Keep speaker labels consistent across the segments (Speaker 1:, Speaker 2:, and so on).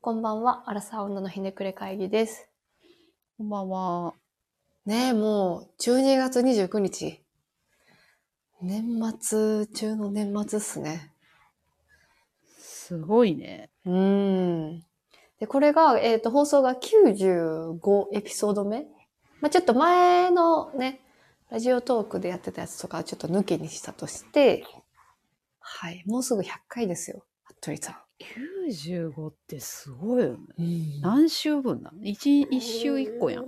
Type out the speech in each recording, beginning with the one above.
Speaker 1: こんばんは、アラサー女のひねくれ会議です。
Speaker 2: こんばんは。
Speaker 1: ねえ、もう、12月29日。年末中の年末っすね。
Speaker 2: すごいね。
Speaker 1: うーん。で、これが、えっ、と、放送が95エピソード目。まあ、ちょっと前のね、ラジオトークでやってたやつとかはちょっと抜きにしたとして、はい、もうすぐ100回ですよ、服部さ
Speaker 2: 95ってすごいよね。
Speaker 1: ん。うん
Speaker 2: 何週分なの ?1、一週1個やん。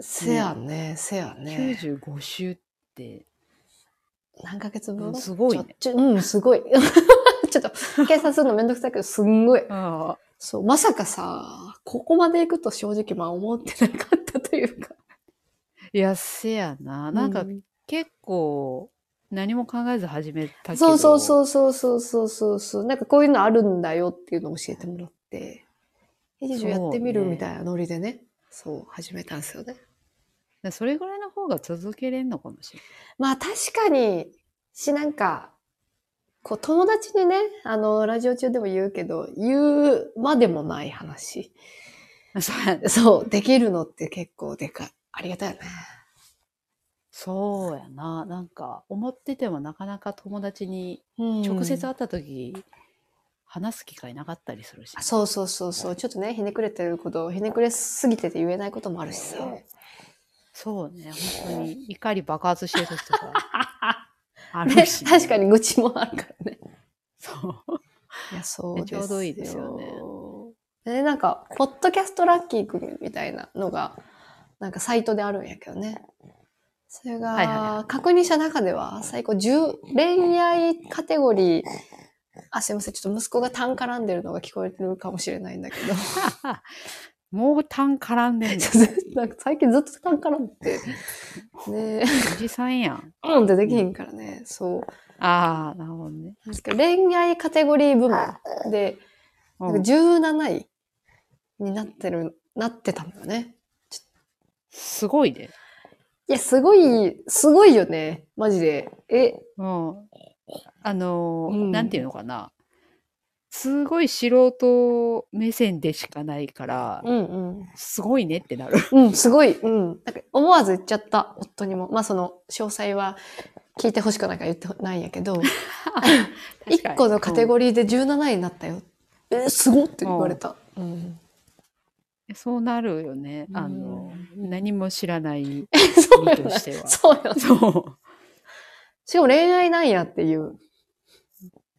Speaker 1: せやね、せやね。
Speaker 2: 95週って、
Speaker 1: 何ヶ月分、
Speaker 2: うんすごいね
Speaker 1: ちょちょうん、すごい。 ちょっと、計算するのめんどくさいけど、すんごい。
Speaker 2: あ
Speaker 1: そう、まさかさ、ここまで行くと正直まあ思ってなかったというか。
Speaker 2: あ、いや、せやな。なん
Speaker 1: う
Speaker 2: か結構、何も考えず始めたけど。
Speaker 1: そうそう
Speaker 2: う。
Speaker 1: そうそうそうそうそうそう。なんかこういうのあるんだよっていうのを教えてもらって、え、じゃあやってみる
Speaker 2: そうね
Speaker 1: みたいなノリでね、そう、始めたんですよね。
Speaker 2: それぐらいの方が続けれんのかもしれ
Speaker 1: まあ確かに、し、なんか、こう友達にね、あの、ラジオ中でも言うけど、言うまでもない話。
Speaker 2: ない。そうやね
Speaker 1: そう、できるのって結構でかい。ありがたいよね。
Speaker 2: そうやな。なんか、思っててもなかなか友達に
Speaker 1: うん
Speaker 2: 直接会った時、話す機会なかったりするし。
Speaker 1: あそうそうそうそう。ちょっとね、ひねくれてること、ひねくれすぎてて言えないこともあるしさ。
Speaker 2: そうね、本当に怒り爆発してる時とかあ
Speaker 1: ね
Speaker 2: るし、、
Speaker 1: 確か
Speaker 2: に。
Speaker 1: に愚痴もあるからね。
Speaker 2: そう。
Speaker 1: いや、そうですよ。
Speaker 2: ちょうどいいですよね
Speaker 1: で、なんか、ポッドキャストラッキー組みたいなのが、なんかサイトであるんやけどね。それが、
Speaker 2: はいはいは
Speaker 1: 確認した中では、最高10、恋愛カテゴリー、あ、すいません、ちょっと息子が単絡んでるのが聞こえてるかもしれないんだけど。
Speaker 2: もう単絡んでんの。
Speaker 1: なんか最近ずっと単絡んでて。ねえ。
Speaker 2: おじさんやん。
Speaker 1: うんってできへんからね。そう。
Speaker 2: ああ、なるほどね。
Speaker 1: なんですけど恋愛カテゴリー部門で、
Speaker 2: う
Speaker 1: なん
Speaker 2: ん
Speaker 1: か17位になってる、なってたんだよね。
Speaker 2: すごいね。
Speaker 1: いや、すごい、すごいよね。マジで。え、
Speaker 2: うん。あのー
Speaker 1: うん
Speaker 2: なんていうのかな。すごい素人目線でしかないから、
Speaker 1: うんうん。
Speaker 2: すごいねってなる。
Speaker 1: うん、すごい。うん。なんか思わず言っちゃった、夫にも。まあ、その、詳細は聞いてほしくないから言ってないんやけ ど、1個のカテ
Speaker 2: リー
Speaker 1: ゴリーで17位になったよ。え、すごって言われた。うん。。
Speaker 2: そうなるよね。あの、何も知らない身
Speaker 1: そうよ
Speaker 2: と
Speaker 1: ね
Speaker 2: し。ては。
Speaker 1: そうよね。
Speaker 2: そう。
Speaker 1: しかも恋愛なんやっていう。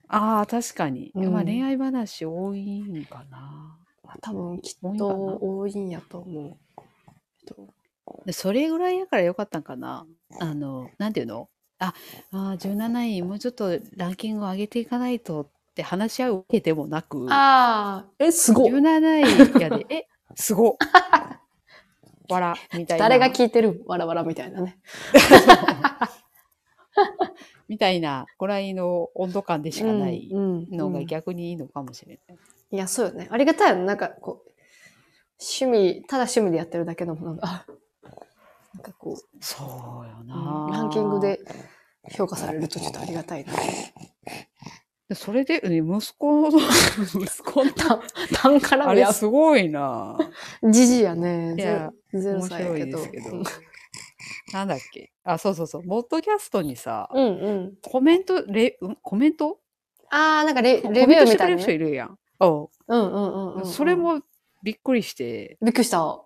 Speaker 2: ああ、確かに。ま
Speaker 1: う
Speaker 2: あ
Speaker 1: ん
Speaker 2: 恋愛話多いんかな。
Speaker 1: 多分き
Speaker 2: 多
Speaker 1: っ
Speaker 2: いかな
Speaker 1: と多いんやと思う。
Speaker 2: でそれぐらいやからよかったんかな。あの、なんていうのあ、あー17位、もうちょっとランキングを上げていかないとって話し合うわけでもなく、
Speaker 1: ああ、え、すごい。
Speaker 2: 17位やで、 え、す ごっわら、みたいな。
Speaker 1: 誰が聞いてるわらわらみたいなね。
Speaker 2: みたいなぐらいの温度感でしかない
Speaker 1: うんうん
Speaker 2: の
Speaker 1: う
Speaker 2: が
Speaker 1: ん
Speaker 2: 逆にいいのかもしれない。
Speaker 1: いや、そうよね。ありがたいよね。なんかこう、趣味、ただ趣味でやってるだけのものが、なんかこう、
Speaker 2: そうよな、
Speaker 1: ランキング。で評価されるとちょっとありがたいな。
Speaker 2: それで、え息子の、 息 子の、
Speaker 1: た単価ラ
Speaker 2: あ
Speaker 1: ム
Speaker 2: れ
Speaker 1: や。
Speaker 2: すごいな。
Speaker 1: じじいやね。
Speaker 2: いや
Speaker 1: ゼロゼロ
Speaker 2: 面
Speaker 1: 歳や
Speaker 2: 白
Speaker 1: け
Speaker 2: いで
Speaker 1: ど。
Speaker 2: すけど。 なんだっけあ、そうそうそう。ポッドキャストにさ、
Speaker 1: うんうん。
Speaker 2: コメント、レ、んコメント
Speaker 1: ああ、なんかレ
Speaker 2: コ
Speaker 1: レビュ
Speaker 2: コメン
Speaker 1: ー
Speaker 2: トして
Speaker 1: み
Speaker 2: く
Speaker 1: た
Speaker 2: れ
Speaker 1: いな
Speaker 2: る人
Speaker 1: ね。
Speaker 2: いるやん。お
Speaker 1: うんうんうんうんうん。
Speaker 2: それもびっくりして。
Speaker 1: びっくりした。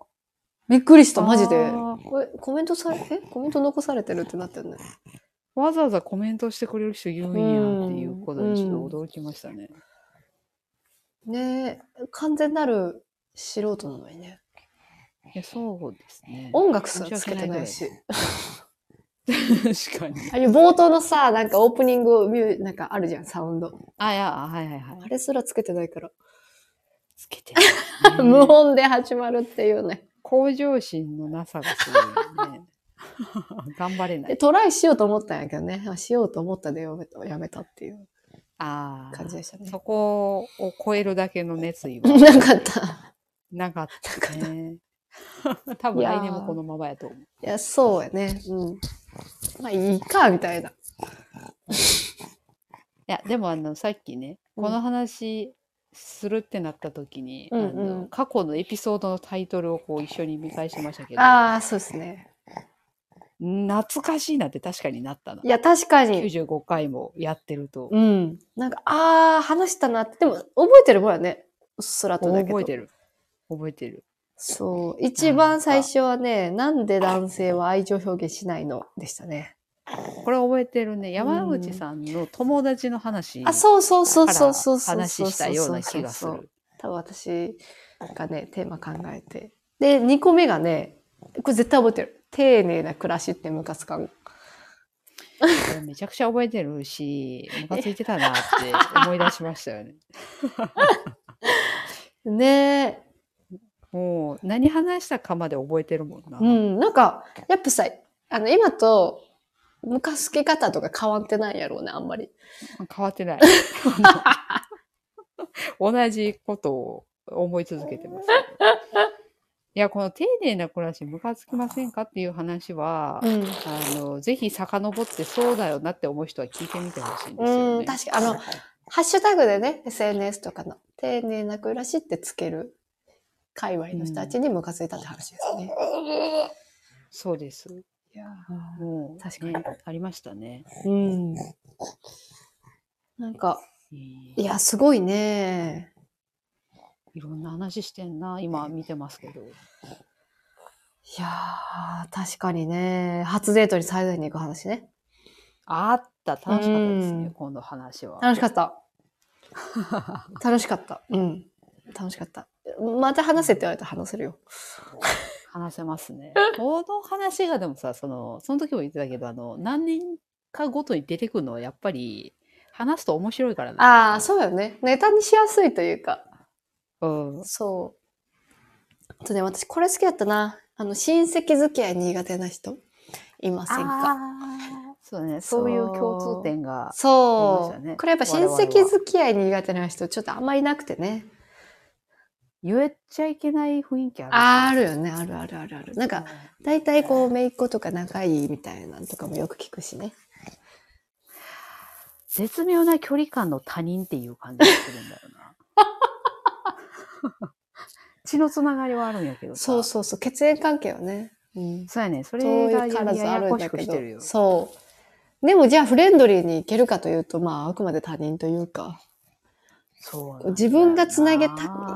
Speaker 1: びっくりした、マジで
Speaker 2: あ。ー
Speaker 1: これ、コメントされ、えコメント残されてるってなってるね。
Speaker 2: わざわざコメントしてくれる人いるんやっていうことにち
Speaker 1: う
Speaker 2: ょ
Speaker 1: ん
Speaker 2: っと驚きましたね。
Speaker 1: ねえ、完全なる素人なのにね。
Speaker 2: いや、そうですね。
Speaker 1: 音楽すらつけてないし。
Speaker 2: 確かに。
Speaker 1: ああいう冒頭のさ、なんかオープニングミュー、なんかあるじゃん、サウンド。
Speaker 2: あ、いや、あはいはいはい。
Speaker 1: あれすらつけてないから。
Speaker 2: つけてない、
Speaker 1: 無音で始まるっていうね。
Speaker 2: 向上心のなさがす ごいよね。頑張れな
Speaker 1: で
Speaker 2: い。
Speaker 1: トライしようと思ったんやけどね。あしようと思ったでやめたやめたっていう
Speaker 2: ああ
Speaker 1: 感。じでしたね。
Speaker 2: そこを超えるだけの熱意は
Speaker 1: なかった。
Speaker 2: なかった ね。多
Speaker 1: い
Speaker 2: 分
Speaker 1: やー
Speaker 2: 来年もこのままやと思う。
Speaker 1: いや、そうやね。うん。まあ、いいか、みたいな。
Speaker 2: いや、でもあの、さっきね、
Speaker 1: うん
Speaker 2: この話、するってなった時に、
Speaker 1: うん
Speaker 2: あ
Speaker 1: うん
Speaker 2: の過去のエピソードのタイトルをこう一緒に見返してましたけど
Speaker 1: ああ、そうですね。
Speaker 2: 懐かしいなって確かになったない
Speaker 1: や、確かに。
Speaker 2: 95回もやってると
Speaker 1: うん。なんか、ああ、話したなって。でも、覚えてるもんやね。うっすらとだけど。
Speaker 2: 覚えてる覚えてる
Speaker 1: そう。一番最初はね、なんで男性は愛情表現しないのでしたね。
Speaker 2: これ覚えてるね山口さんの友達の話
Speaker 1: あ、そうそうそう
Speaker 2: から
Speaker 1: そうそうそう。
Speaker 2: 話したような気がする。
Speaker 1: 多分私がね、テーマ考えて。で、2個目がね、これ絶対覚えてる。丁寧な暮らしってムカつかん。
Speaker 2: これめちゃくちゃ覚えてるしムカついてたなって思い出しましたよね
Speaker 1: ね
Speaker 2: もう何話したかまで覚えてるもんな、
Speaker 1: うん。なんか、やっぱさ、あの、今と、ムカつき方とか変わってないやろうね、あんまり。
Speaker 2: 変わってない 同じことを思い続けてますいやこの丁寧な暮らしムカつきませんかっていう話は、
Speaker 1: ん。
Speaker 2: あのぜひ遡ってそうだよなって思う人は聞いてみてほしいんですよ
Speaker 1: うん、
Speaker 2: ね。
Speaker 1: 確かに、あの、ハッシュタグでね、SNS とかの、丁寧な暮らしってつける、界隈の人たちにムカついたって話ですね。
Speaker 2: そうです。
Speaker 1: いや
Speaker 2: もう
Speaker 1: 確かに
Speaker 2: ねありましたね。
Speaker 1: ーうん。なんか、
Speaker 2: えー
Speaker 1: いや、すごいね。
Speaker 2: いろんな話してんな今見てますけど。
Speaker 1: いやー、確かにね。初デートに最大に行く話ね。
Speaker 2: あった楽しかったです
Speaker 1: う
Speaker 2: ね
Speaker 1: ん
Speaker 2: この話は。
Speaker 1: 楽しかった。 楽しかった。うん。楽しかった。また話せって言われたら話せるよ。
Speaker 2: 話せま すね。この話がでもさ、その、その時も言ってたけど、あの、何年かごとに出てくるのはやっぱり、話すと面白いからね。
Speaker 1: ああ、そうよね。ネタにしやすいというか。
Speaker 2: うん。
Speaker 1: そう。あとね、私これ好きだったな。あの、親戚付き合い苦手な人いませんか
Speaker 2: そうね、そういう共通点が。ありま
Speaker 1: そう、
Speaker 2: したね
Speaker 1: これやっぱ親戚付き合い苦手な人ちょっとあんまりいなくてね。
Speaker 2: 言えちゃいけない雰囲気あ
Speaker 1: あ
Speaker 2: る。
Speaker 1: るよね。あるあるあるある。なんか、大体こう、姪っ子とか仲いいみたいなのとかもよく聞くしね。
Speaker 2: 絶妙な距離感の他人っていう感じがするんだよな。 血のつながりはあるんやけどさ。
Speaker 1: そうそうそう。血縁関係はね。うん。
Speaker 2: そうやね。それ
Speaker 1: そうい
Speaker 2: が
Speaker 1: う
Speaker 2: や
Speaker 1: からず
Speaker 2: や
Speaker 1: あ
Speaker 2: や
Speaker 1: るん
Speaker 2: こし
Speaker 1: だ
Speaker 2: く
Speaker 1: け
Speaker 2: してるよ
Speaker 1: ど。。そう。でもじゃあフレンドリーにいけるかというと、まああくまで他人というか、
Speaker 2: そうなんだよな
Speaker 1: 自分がつなげた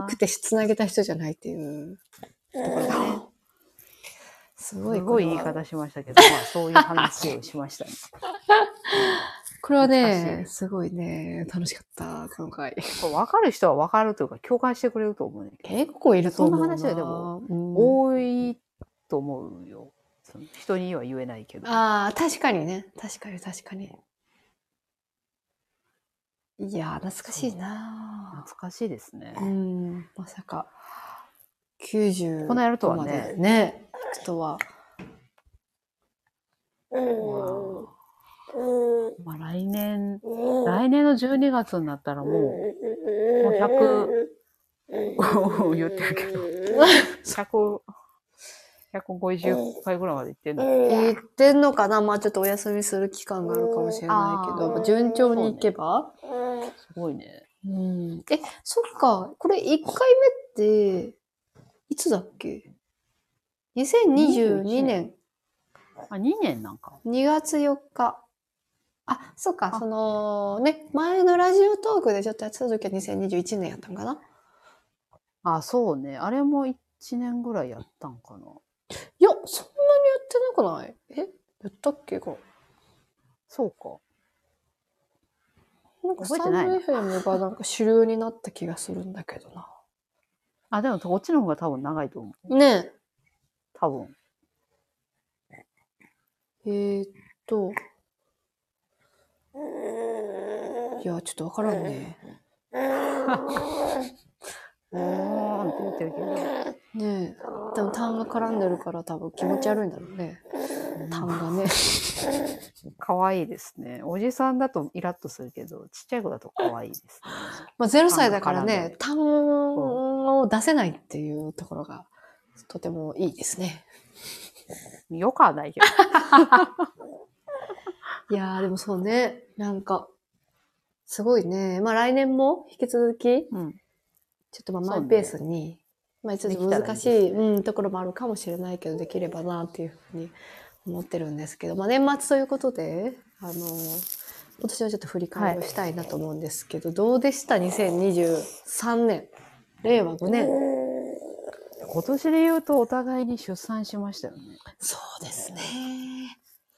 Speaker 1: くてつなげた人じゃないっていうところがね。すごい。
Speaker 2: すごい言い
Speaker 1: これは
Speaker 2: 方しましたけど、まあ、そういう話をしましたね。
Speaker 1: これは
Speaker 2: 難し
Speaker 1: ね、
Speaker 2: い
Speaker 1: すごいね、楽しかった、今回。
Speaker 2: これ分かる人は分かるというか、共感してくれると思うねんけど。
Speaker 1: 結構いると思うな。
Speaker 2: そんな話はで
Speaker 1: も
Speaker 2: も、
Speaker 1: うん、
Speaker 2: 多いと思うよ。その人には言えないけど。
Speaker 1: ああ、確かにね。確かに、確かに。いやー、懐かしいな
Speaker 2: 懐かしいですね。
Speaker 1: うん、まさか。90
Speaker 2: こんなやるとはね
Speaker 1: までね、行くとは。
Speaker 2: わあまあ、来年、来年の12月になったらもう、もう100、言って るけど、100、150回ぐらいまでいってんの。
Speaker 1: 言ってんのかなまあちょっとお休みする期間があるかもしれないけど、
Speaker 2: あー
Speaker 1: 順調にいけば
Speaker 2: すごいね。
Speaker 1: う、ん。え、そっか。これ1回目って、いつだっけ ?2022 年
Speaker 2: あ、2年なんか。
Speaker 1: 2月4日。あ、そっか。
Speaker 2: あ
Speaker 1: その、ね、前のラジオトークでちょっとやってた時は2021年やったんかな
Speaker 2: あ、そうね。あれも1年ぐらいやったんかな。
Speaker 1: いや、そんなにやってなくないえやったっけこ
Speaker 2: そうか。
Speaker 1: れ。なんかス
Speaker 2: 覚え
Speaker 1: タ
Speaker 2: てないな
Speaker 1: ンド FM がなんか主流になった気がするんだけどな。
Speaker 2: あ、でもこっちの方が多分長いと思う。
Speaker 1: ねえ。
Speaker 2: 多分。
Speaker 1: えー、っと。いや、ちょっとわからんね。
Speaker 2: うーんって言ってるけど。
Speaker 1: ねえ。でも、痰が絡んでるから多分気持ち悪いんだろうね。痰がね。
Speaker 2: 可愛いですね。おじさんだとイラッとするけど、ちっちゃい子だと可愛いですね。
Speaker 1: まあ、0歳だから
Speaker 2: 痰が絡ん
Speaker 1: ね
Speaker 2: で、
Speaker 1: 痰を出せないっていうところが、とてもいいですね。
Speaker 2: よくはない けど。
Speaker 1: いやー、でもそうね。なんか、すごいね。まあ、来年も引き続き、
Speaker 2: うん。
Speaker 1: ちょっとまあマ
Speaker 2: そう
Speaker 1: イ
Speaker 2: ね
Speaker 1: ペースに、まあちょっと
Speaker 2: できたらいい
Speaker 1: 難
Speaker 2: です
Speaker 1: しい、うん、ところもあるかもしれないけど、できればなっていうふうに思ってるんですけど、まあ年末ということで、あの、今年はちょっと振り返りをしたいなと思うんですけど、どうでした ?2023 年。令和5年。
Speaker 2: 今年で言うとお互いに出産しましたよね。
Speaker 1: そうですね。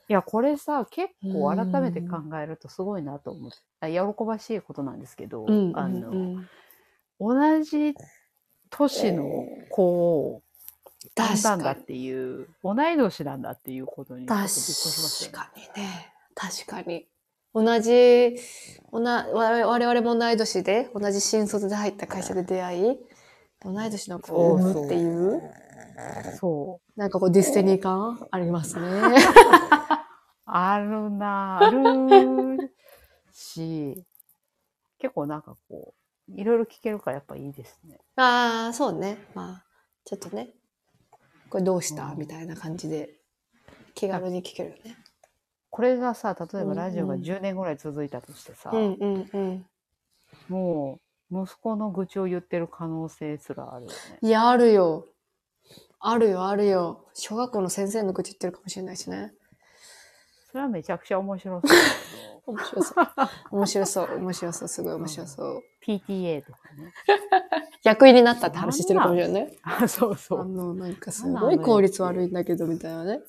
Speaker 2: いや、これさ、結構改めて考えるとすごいなと思って、あ喜ばしいことなんですけど、
Speaker 1: うん、
Speaker 2: あ
Speaker 1: う
Speaker 2: の、
Speaker 1: んうん
Speaker 2: 同じ年の子を産ん
Speaker 1: 確
Speaker 2: だんだ
Speaker 1: か
Speaker 2: っ
Speaker 1: に。
Speaker 2: ていう、同い年なんだっていうことにちょっとびっくりしました
Speaker 1: 確
Speaker 2: よね。
Speaker 1: かにね。確かに。同じ、おな我々我々も同い年で、同じ新卒で入った会社で出会い、同い年の子を産むっていう、
Speaker 2: そう。
Speaker 1: なんかこうディスティニー感ありますね。
Speaker 2: あるなある し、結構なんかこう、いろいろ聞けるからやっぱいいですね。
Speaker 1: ああ、そうね。まあ、ちょっとね、これどうした、
Speaker 2: うん
Speaker 1: みたいな感じで、気軽に聞けるよね。
Speaker 2: これがさ、例えばラジオが
Speaker 1: うんうん
Speaker 2: 10年ぐらい続いたとしてさ、
Speaker 1: うんうんうん。
Speaker 2: もう息子の愚痴を言ってる可能性すらあ るよね。
Speaker 1: いや、あるよ。あるよ、あるよ。小学校の先生の口言ってるかもしれないしね。
Speaker 2: それはめちゃくちゃ面白そうだ
Speaker 1: 面白 そう。面白そう。面白そう。すごい面白そう。
Speaker 2: けど。PTA とかね。
Speaker 1: 役員になったって話してるかもしれないね。
Speaker 2: あ、 そう
Speaker 1: あ
Speaker 2: そ。
Speaker 1: の、なんかす
Speaker 2: なん
Speaker 1: ご
Speaker 2: ないの
Speaker 1: 効率悪いんだけど、みたいなね。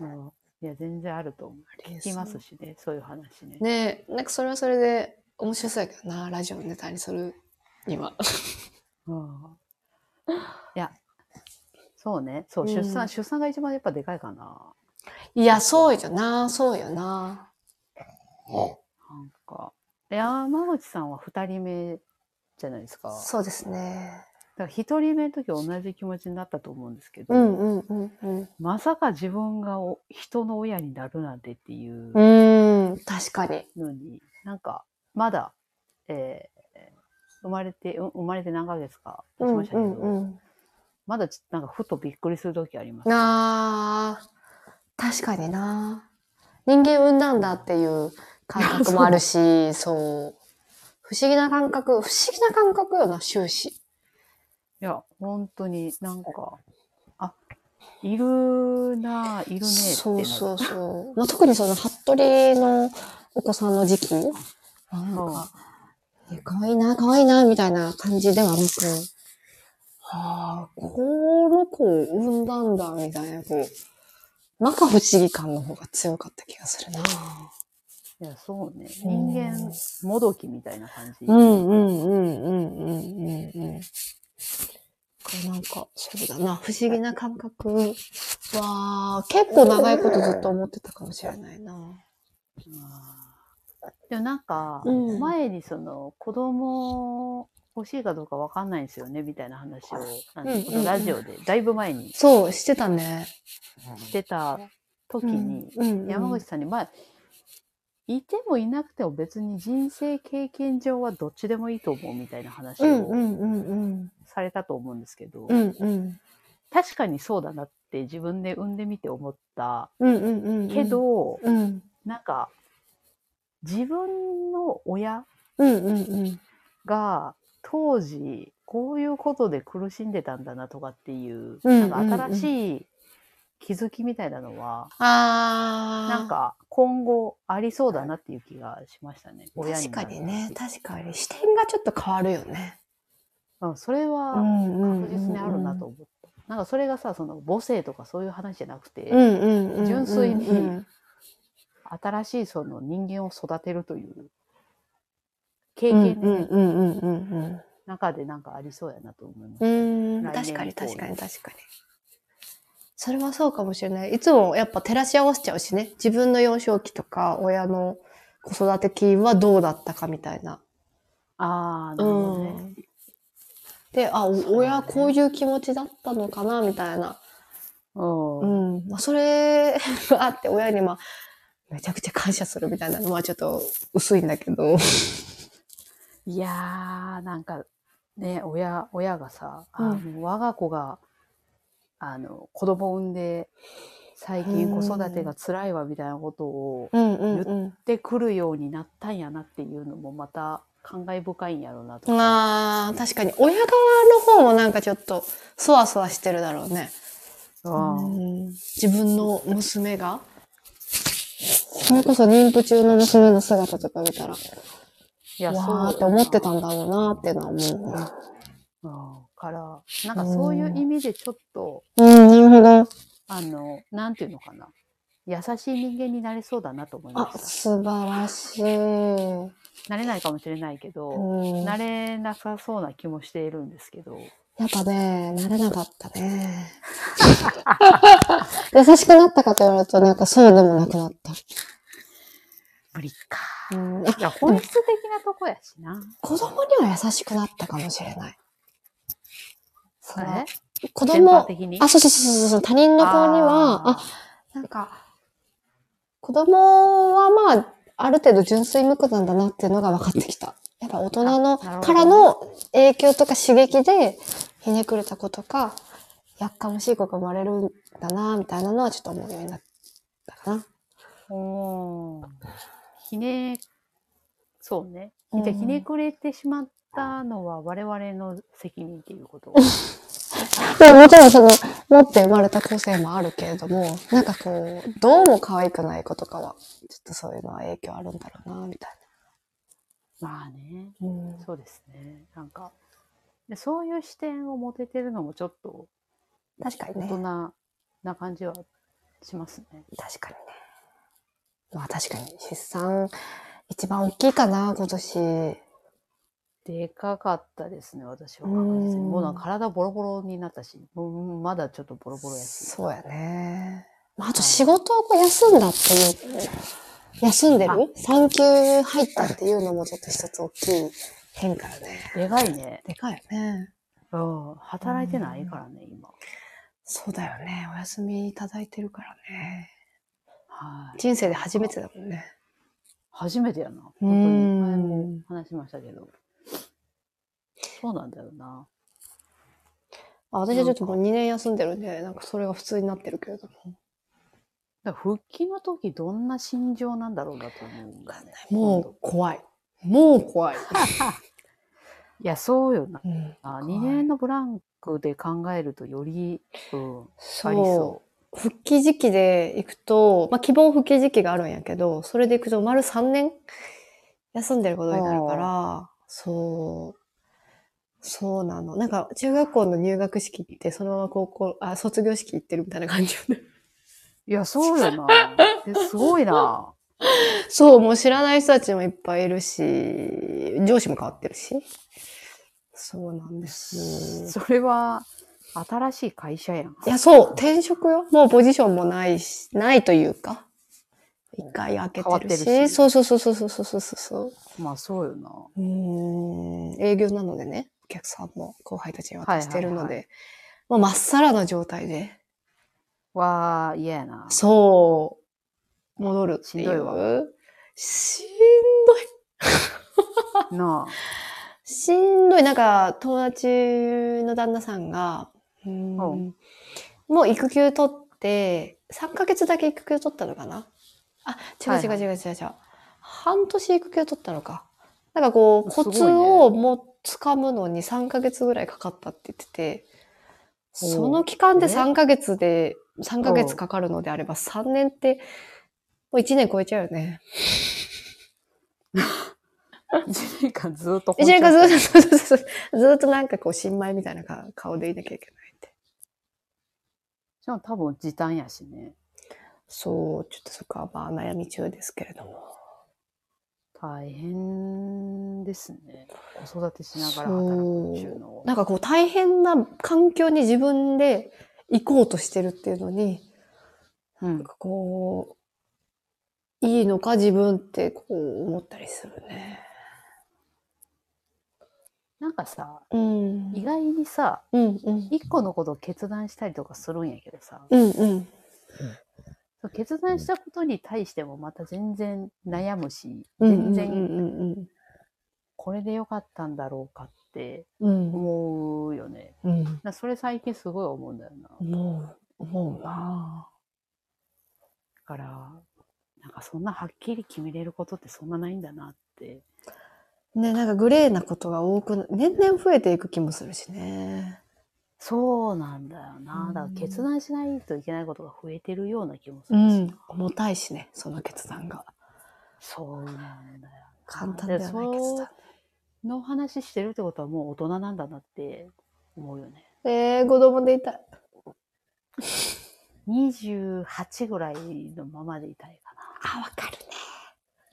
Speaker 2: うんいや、全然あると思う。聞きますしね、そういう話ね。
Speaker 1: ねえ、なんかそれはそれで面白そうやけどな、ラジオのネタにするに は。
Speaker 2: うんいや、そうね。そうう、
Speaker 1: ん
Speaker 2: 出産、出産が一番やっぱでかいかな。
Speaker 1: いや、そうよな、そうよな。
Speaker 2: なんか。山口さんは二人目じゃないですか。だ
Speaker 1: そうですね。
Speaker 2: から一人目の時は同じ気持ちになったと思うんですけど、
Speaker 1: うんうんうんうん。
Speaker 2: まさか自分がお人の親になるなんてっていう。
Speaker 1: うーん、確かに。
Speaker 2: のに、なんか、まだ、えー生まれて、う生まれて何ヶ月か経
Speaker 1: う
Speaker 2: ち
Speaker 1: ん
Speaker 2: ましたけ
Speaker 1: う
Speaker 2: ど、
Speaker 1: んうん。
Speaker 2: まだちょっとなんかふとびっくりする時あります。
Speaker 1: なあ、確かにな。人間産んだんだっていう感覚もあるし、そう。不思議な感覚、不思議な感覚よな、終始。
Speaker 2: いや、本当になんか、あ、いるなぁ、いるねってなる。
Speaker 1: そうそうそう。まあ、特にその、服部のお子さんの時期、あなんか、え可愛いな、可愛いな、みたいな感じではなく、はあ、この子を産んだんだ、みたいな、こう、摩訶不思議感の方が強かった気がするな。
Speaker 2: いや、そうね。
Speaker 1: うん
Speaker 2: 人間、もどきみたいな感じ。
Speaker 1: うんうんうんうんうんうんうん。これなんか、そうだな、不思議な感覚は、結構長いことずっと思ってたかもしれないな。
Speaker 2: でもなんか、
Speaker 1: うん
Speaker 2: 前にその子供欲しいかどうかわかんないんですよねみたいな話を、あの
Speaker 1: うんうんうん
Speaker 2: ラジオでだいぶ前に
Speaker 1: そう、してたね。
Speaker 2: してた時に、
Speaker 1: うんうん
Speaker 2: 山口さんに、まあ、いてもいなくても別に人生経験上はどっちでもいいと思うみたいな話
Speaker 1: うん
Speaker 2: を
Speaker 1: うんうんうん。
Speaker 2: されたと思うんですけど、
Speaker 1: うんうん。
Speaker 2: 確かにそうだなって自分で産んでみて思った
Speaker 1: うんうんうんうん。
Speaker 2: けど、
Speaker 1: うん。
Speaker 2: なんか自分の親
Speaker 1: うんうんうん。
Speaker 2: が当時こういうことで苦しんでたんだなとかっていう、
Speaker 1: うん
Speaker 2: なんか新しい気づきみたいなのは、
Speaker 1: あー。
Speaker 2: なんか今後ありそうだなっていう気がしましたね。親
Speaker 1: 確か
Speaker 2: なる
Speaker 1: にね、確かに。視点がちょっと変わるよね。
Speaker 2: うん、それは
Speaker 1: んう
Speaker 2: 確実にあるなと。思った。なんかそれがさ、その母性とかそういう話じゃなくて、
Speaker 1: うんうんうん。
Speaker 2: 純粋に
Speaker 1: うん
Speaker 2: 新しいその人間を育てるという経
Speaker 1: うん
Speaker 2: 験のね
Speaker 1: うんうんうんうん
Speaker 2: 中でなんかありそうやなと思います。
Speaker 1: うん。うーん。
Speaker 2: 来
Speaker 1: 確
Speaker 2: 年
Speaker 1: かに
Speaker 2: 以降に
Speaker 1: 確かに確かに。それはそうかもしれない。いつもやっぱ照らし合わせちゃうしね。自分の幼少期とか、親の子育て期はどうだったかみたいな。
Speaker 2: ああ、なるほどね。
Speaker 1: うんで、あ、
Speaker 2: そうだね
Speaker 1: お親こういう気持ちだったのかな、みたいな。
Speaker 2: うん
Speaker 1: うん。まあ、それがあって、親にまあ、めちゃくちゃ感謝するみたいなのはちょっと薄いんだけど。
Speaker 2: いやー、なんかね、親、親がさ、あ
Speaker 1: うん
Speaker 2: もう我が子が、あの、子供産んで、最近子育てが辛いわみたいなことを
Speaker 1: うんうん
Speaker 2: うん
Speaker 1: うん。
Speaker 2: 言ってくるようになったんやなっていうのもまた、感慨深いんやろうなとか。
Speaker 1: あー確かに親側の方もなんかちょっとそわそわしてるだろうね。
Speaker 2: う
Speaker 1: う
Speaker 2: ん
Speaker 1: ん自分の娘がそれこそ妊婦中の娘の姿とか見たら、
Speaker 2: いや、そう
Speaker 1: わーって思ってたんだろうなっていうのは思うな。
Speaker 2: うんから、なんかそういう意味でちょっと、
Speaker 1: うん、なるほど。
Speaker 2: あの、なんていうのかな。優しい人間になれそうだなと思いま
Speaker 1: あ、
Speaker 2: し
Speaker 1: 素晴らしい。う
Speaker 2: た。なれないかもしれないけど、
Speaker 1: ん、
Speaker 2: なれなさそうな気もしているんですけど。
Speaker 1: やっぱね、慣れなかった ね。優しくなったかと言われると、なんかそうでもなくなった。
Speaker 2: 無理か。
Speaker 1: うん、
Speaker 2: いや、本質的なとこやしな。
Speaker 1: 子供には優しくなったかもしれない。そ
Speaker 2: あれ
Speaker 1: れ子
Speaker 2: 全般
Speaker 1: 供、
Speaker 2: 的に
Speaker 1: あ、そうそうそうそうそう、他人の子には、あ、なんか、子供はまあ、ある程度純粋無垢なんだなっていうのが分かってきた。やっぱ大人の
Speaker 2: あなるほどね
Speaker 1: からの影響とか刺激で、ひねくれた子とか、やっかましい子が生まれるんだな、みたいなのはちょっと思うようになったかな。
Speaker 2: あ、おーひね、そうね。
Speaker 1: うん
Speaker 2: じゃあひねくれてしまったのは我々の責任っていうこと。
Speaker 1: でももちろんその、持って生まれた個性もあるけれども、なんかこう、どうも可愛くない子とかは、ちょっとそういうのは影響あるんだろうな、みたい
Speaker 2: まあね。
Speaker 1: な。うん
Speaker 2: そうですね。なんか、でそういう視点を持ててるのもちょっと
Speaker 1: 確かに
Speaker 2: 大
Speaker 1: ね
Speaker 2: 人。な感じはしますね。
Speaker 1: 確かにね。まあ確かに、出産、一番大きいかな、今年。
Speaker 2: でかかったですね、私は。
Speaker 1: うん
Speaker 2: もうなんか体ボロボロになったし、もうまだちょっとボロボロやし。
Speaker 1: そうやね。まああと仕事をこう休んだっていう、休んで
Speaker 2: あ
Speaker 1: る産休入ったっていうのもちょっと一つ大きい変化だね。
Speaker 2: でかいね。
Speaker 1: でかいよね。
Speaker 2: うん。働いてないからね、今。
Speaker 1: そうだよね。お休みいただいてるからね。
Speaker 2: はい。
Speaker 1: 人生で初めてだもんね。
Speaker 2: 初めてやな。本当
Speaker 1: う
Speaker 2: に。
Speaker 1: ん
Speaker 2: 前も話しましたけど。そうなんだよな。
Speaker 1: あ私はちょっともう2年休んでるんで、なんかそれが普通になってるけれども。
Speaker 2: だから復帰の時どんな心情なんだろうなと思うんだよね。
Speaker 1: もう怖い。もう怖い。
Speaker 2: いや、そうよな。
Speaker 1: うん
Speaker 2: あ
Speaker 1: 怖い
Speaker 2: 2年のブランクで考えるとより、うん、あり
Speaker 1: そ。
Speaker 2: そう
Speaker 1: 復帰時期で行くと、まあ、希望復帰時期があるんやけど、それで行くと丸3年休んでることになるから、そう。そうなの。なんか、中学校の入学式って、そのまま高校、あ、卒業式行ってるみたいな感じよね。
Speaker 2: う。いや、そうよ な。えすごいな。
Speaker 1: そう、もう知らない人たちもいっぱいいるし、上司も変わってるし。そうなんです。
Speaker 2: それは、新しい会社やん。
Speaker 1: いや、そう、転職よ。もうポジションもないし、ないというか。一回開けてるし。
Speaker 2: 変わってるし
Speaker 1: そうそうそうそうそうそうそうそう。
Speaker 2: まあ、そうよな。
Speaker 1: うーん営業なのでね、お客さんも後輩たちに渡してるので、
Speaker 2: はいはい
Speaker 1: もうまっさらな状態で、
Speaker 2: わあ、嫌やな。
Speaker 1: そう、戻るっていう。
Speaker 2: しんどいわ
Speaker 1: しん
Speaker 2: な
Speaker 1: しんどい。なんか、友達の旦那さんが、うーん
Speaker 2: お
Speaker 1: もう育休取って、3ヶ月だけ育休取ったのかなあ、違う違う
Speaker 2: はいはい
Speaker 1: 違う違う違う。半年育休取ったのか。なんかこう、
Speaker 2: す
Speaker 1: コ
Speaker 2: ごいね
Speaker 1: ツをもう掴むのに3ヶ月ぐらいかかったって言ってて、
Speaker 2: お
Speaker 1: その期間で
Speaker 2: え
Speaker 1: 3ヶ月で、3ヶ
Speaker 2: お
Speaker 1: 月かかるのであれば3年って、もう1年超えちゃうよね。
Speaker 2: あ。1年間ずっと
Speaker 1: 一
Speaker 2: 本調
Speaker 1: 年
Speaker 2: 子
Speaker 1: 間ずっと、ずっと ずっとずっとなんかこう、新米みたいなか顔でいなきゃいけないって。
Speaker 2: しかも多分時短やしね。
Speaker 1: そう、ちょっとそこはまあ悩み中ですけれども。
Speaker 2: 大変ですね。子育てしながら働くっていうの
Speaker 1: そ
Speaker 2: を
Speaker 1: う。。なんかこう、大変な環境に自分で行こうとしてるっていうのに、
Speaker 2: う
Speaker 1: な
Speaker 2: ん
Speaker 1: んかこう、いいのか自分ってこう思ったりするね。
Speaker 2: なんかさ、
Speaker 1: うん。
Speaker 2: 意外にさ、
Speaker 1: うんうん。
Speaker 2: 一個のことを決断したりとかするんやけどさ、
Speaker 1: うんうん。
Speaker 2: その決断したことに対してもまた全然悩むし、
Speaker 1: うんう
Speaker 2: 全
Speaker 1: ん
Speaker 2: 然
Speaker 1: うん
Speaker 2: これでよかったんだろうかって
Speaker 1: うん。うん。
Speaker 2: 思うよね。
Speaker 1: うん。
Speaker 2: なそれ最近すごい思うんだよな。だ
Speaker 1: 思う、思うな
Speaker 2: から、なんかそんなはっきり決めれることってそんなないんだなって。
Speaker 1: ね、なんかグレーなことが多くな、年々増えていく気もするしね。
Speaker 2: そうなんだよな。だか
Speaker 1: う
Speaker 2: ら
Speaker 1: ん
Speaker 2: 決断しないといけないことが増えてるような気もす
Speaker 1: う
Speaker 2: るし。
Speaker 1: ん。重たいしね、その決断が。
Speaker 2: そうなんだよ。
Speaker 1: 簡単ではない
Speaker 2: で
Speaker 1: 決断。
Speaker 2: の話してるってことはもう大人なんだなって思うよね。
Speaker 1: えー、子供でいたい。
Speaker 2: 28ぐらいのままでいたいかな。
Speaker 1: あ、わかるね。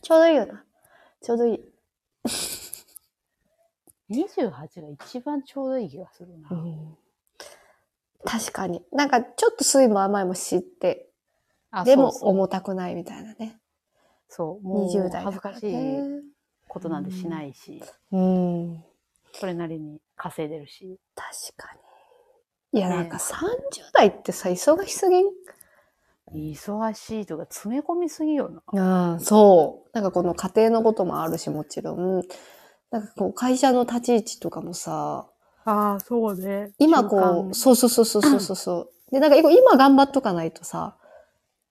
Speaker 1: ちょうどいいよな。ちょうどいい。
Speaker 2: 28が一番ちょうどいい気がするな。
Speaker 1: 確かに。なんかちょっと酸いも甘いも知って、
Speaker 2: あ
Speaker 1: でも
Speaker 2: そうそう
Speaker 1: 重たくないみたいなね。
Speaker 2: そう、も
Speaker 1: 20
Speaker 2: う
Speaker 1: 代
Speaker 2: 恥
Speaker 1: だ
Speaker 2: ず
Speaker 1: か
Speaker 2: からしい
Speaker 1: ね。
Speaker 2: ことなんてしないし、
Speaker 1: うん。
Speaker 2: それなりに稼いでるし。
Speaker 1: 確かに。いや、
Speaker 2: ね
Speaker 1: なんか30代ってさ、忙しすぎん
Speaker 2: 忙しいとか詰め込みすぎよな。
Speaker 1: ああ、そう。なんかこの家庭のこともあるし、もちろん。なんかこう、会社の立ち位置とかもさ、
Speaker 2: ああ、そうね。
Speaker 1: 今こう、そうそうそうそうそうそうそう。で、なんか今頑張っとかないとさ、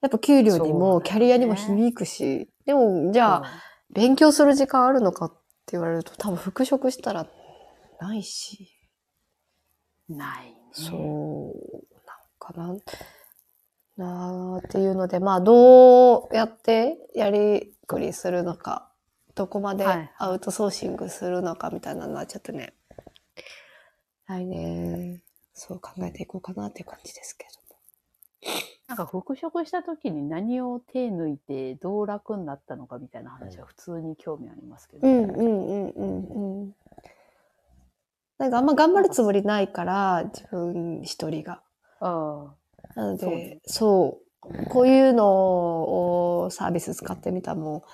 Speaker 1: やっぱ給料に
Speaker 2: そうだよ
Speaker 1: も
Speaker 2: ね
Speaker 1: キャリアにも響くし、でも、じゃあ、勉強する時間あるのかって言われると多分復職したらないし、
Speaker 2: うんない、ね。
Speaker 1: そうなんかななーっていうのでまあどうやってやりくりするのかどこまで
Speaker 2: はい
Speaker 1: アウトソーシングするのかみたいなのはちょっとね、来年そう考えていこうかなっていう感じですけど
Speaker 2: なんか復職した時に何を手抜いてどう楽になったのかみたいな話は普通に興味ありますけど。
Speaker 1: うんうんうんうんうんなんかあんま頑張るつもりないから自分一人が。
Speaker 2: あ
Speaker 1: なの
Speaker 2: そう
Speaker 1: で
Speaker 2: ね、
Speaker 1: そう、こういうのをサービス使ってみたも、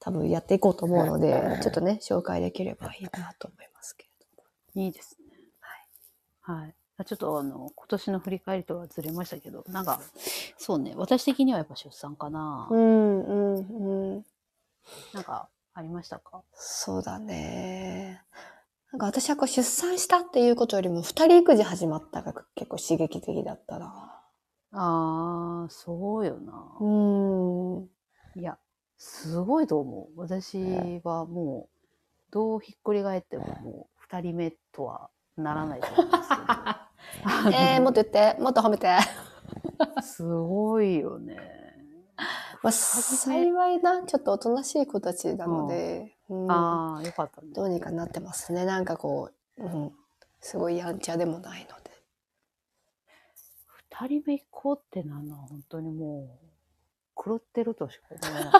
Speaker 1: 多分やっていこうと思うので、ちょっとね、紹介できればいいなと思いますけ
Speaker 2: あ、いいですね。はい。はいあちょっとあの今年の振り返りとはずれましたけど、なんか、そうね、私的にはやっぱ出産かな
Speaker 1: ど。。うん、うん、うん。
Speaker 2: なんかありましたか
Speaker 1: そうだね。なんか私はこう出産したっていうことよりも、二人育児始まったが結構刺激的だったな。
Speaker 2: ああ、そうよな。
Speaker 1: うん。うん
Speaker 2: いや、すごいと思う。私はもう、どうひっくり返っても、もう、二人目とはならないと思う んですけど。
Speaker 1: えー、もっと言って、もっと褒めて。
Speaker 2: すごいよね。
Speaker 1: まあ、
Speaker 2: 初め
Speaker 1: 幸いな、ちょっとおとなしい子たちなので。うん
Speaker 2: ああ、よかったね。
Speaker 1: どうにかなってますね。なんかこう、うん、すごいやんちゃでもないので。
Speaker 2: 二人目行こうってなるのは本当にもう、狂ってるとしか思えない。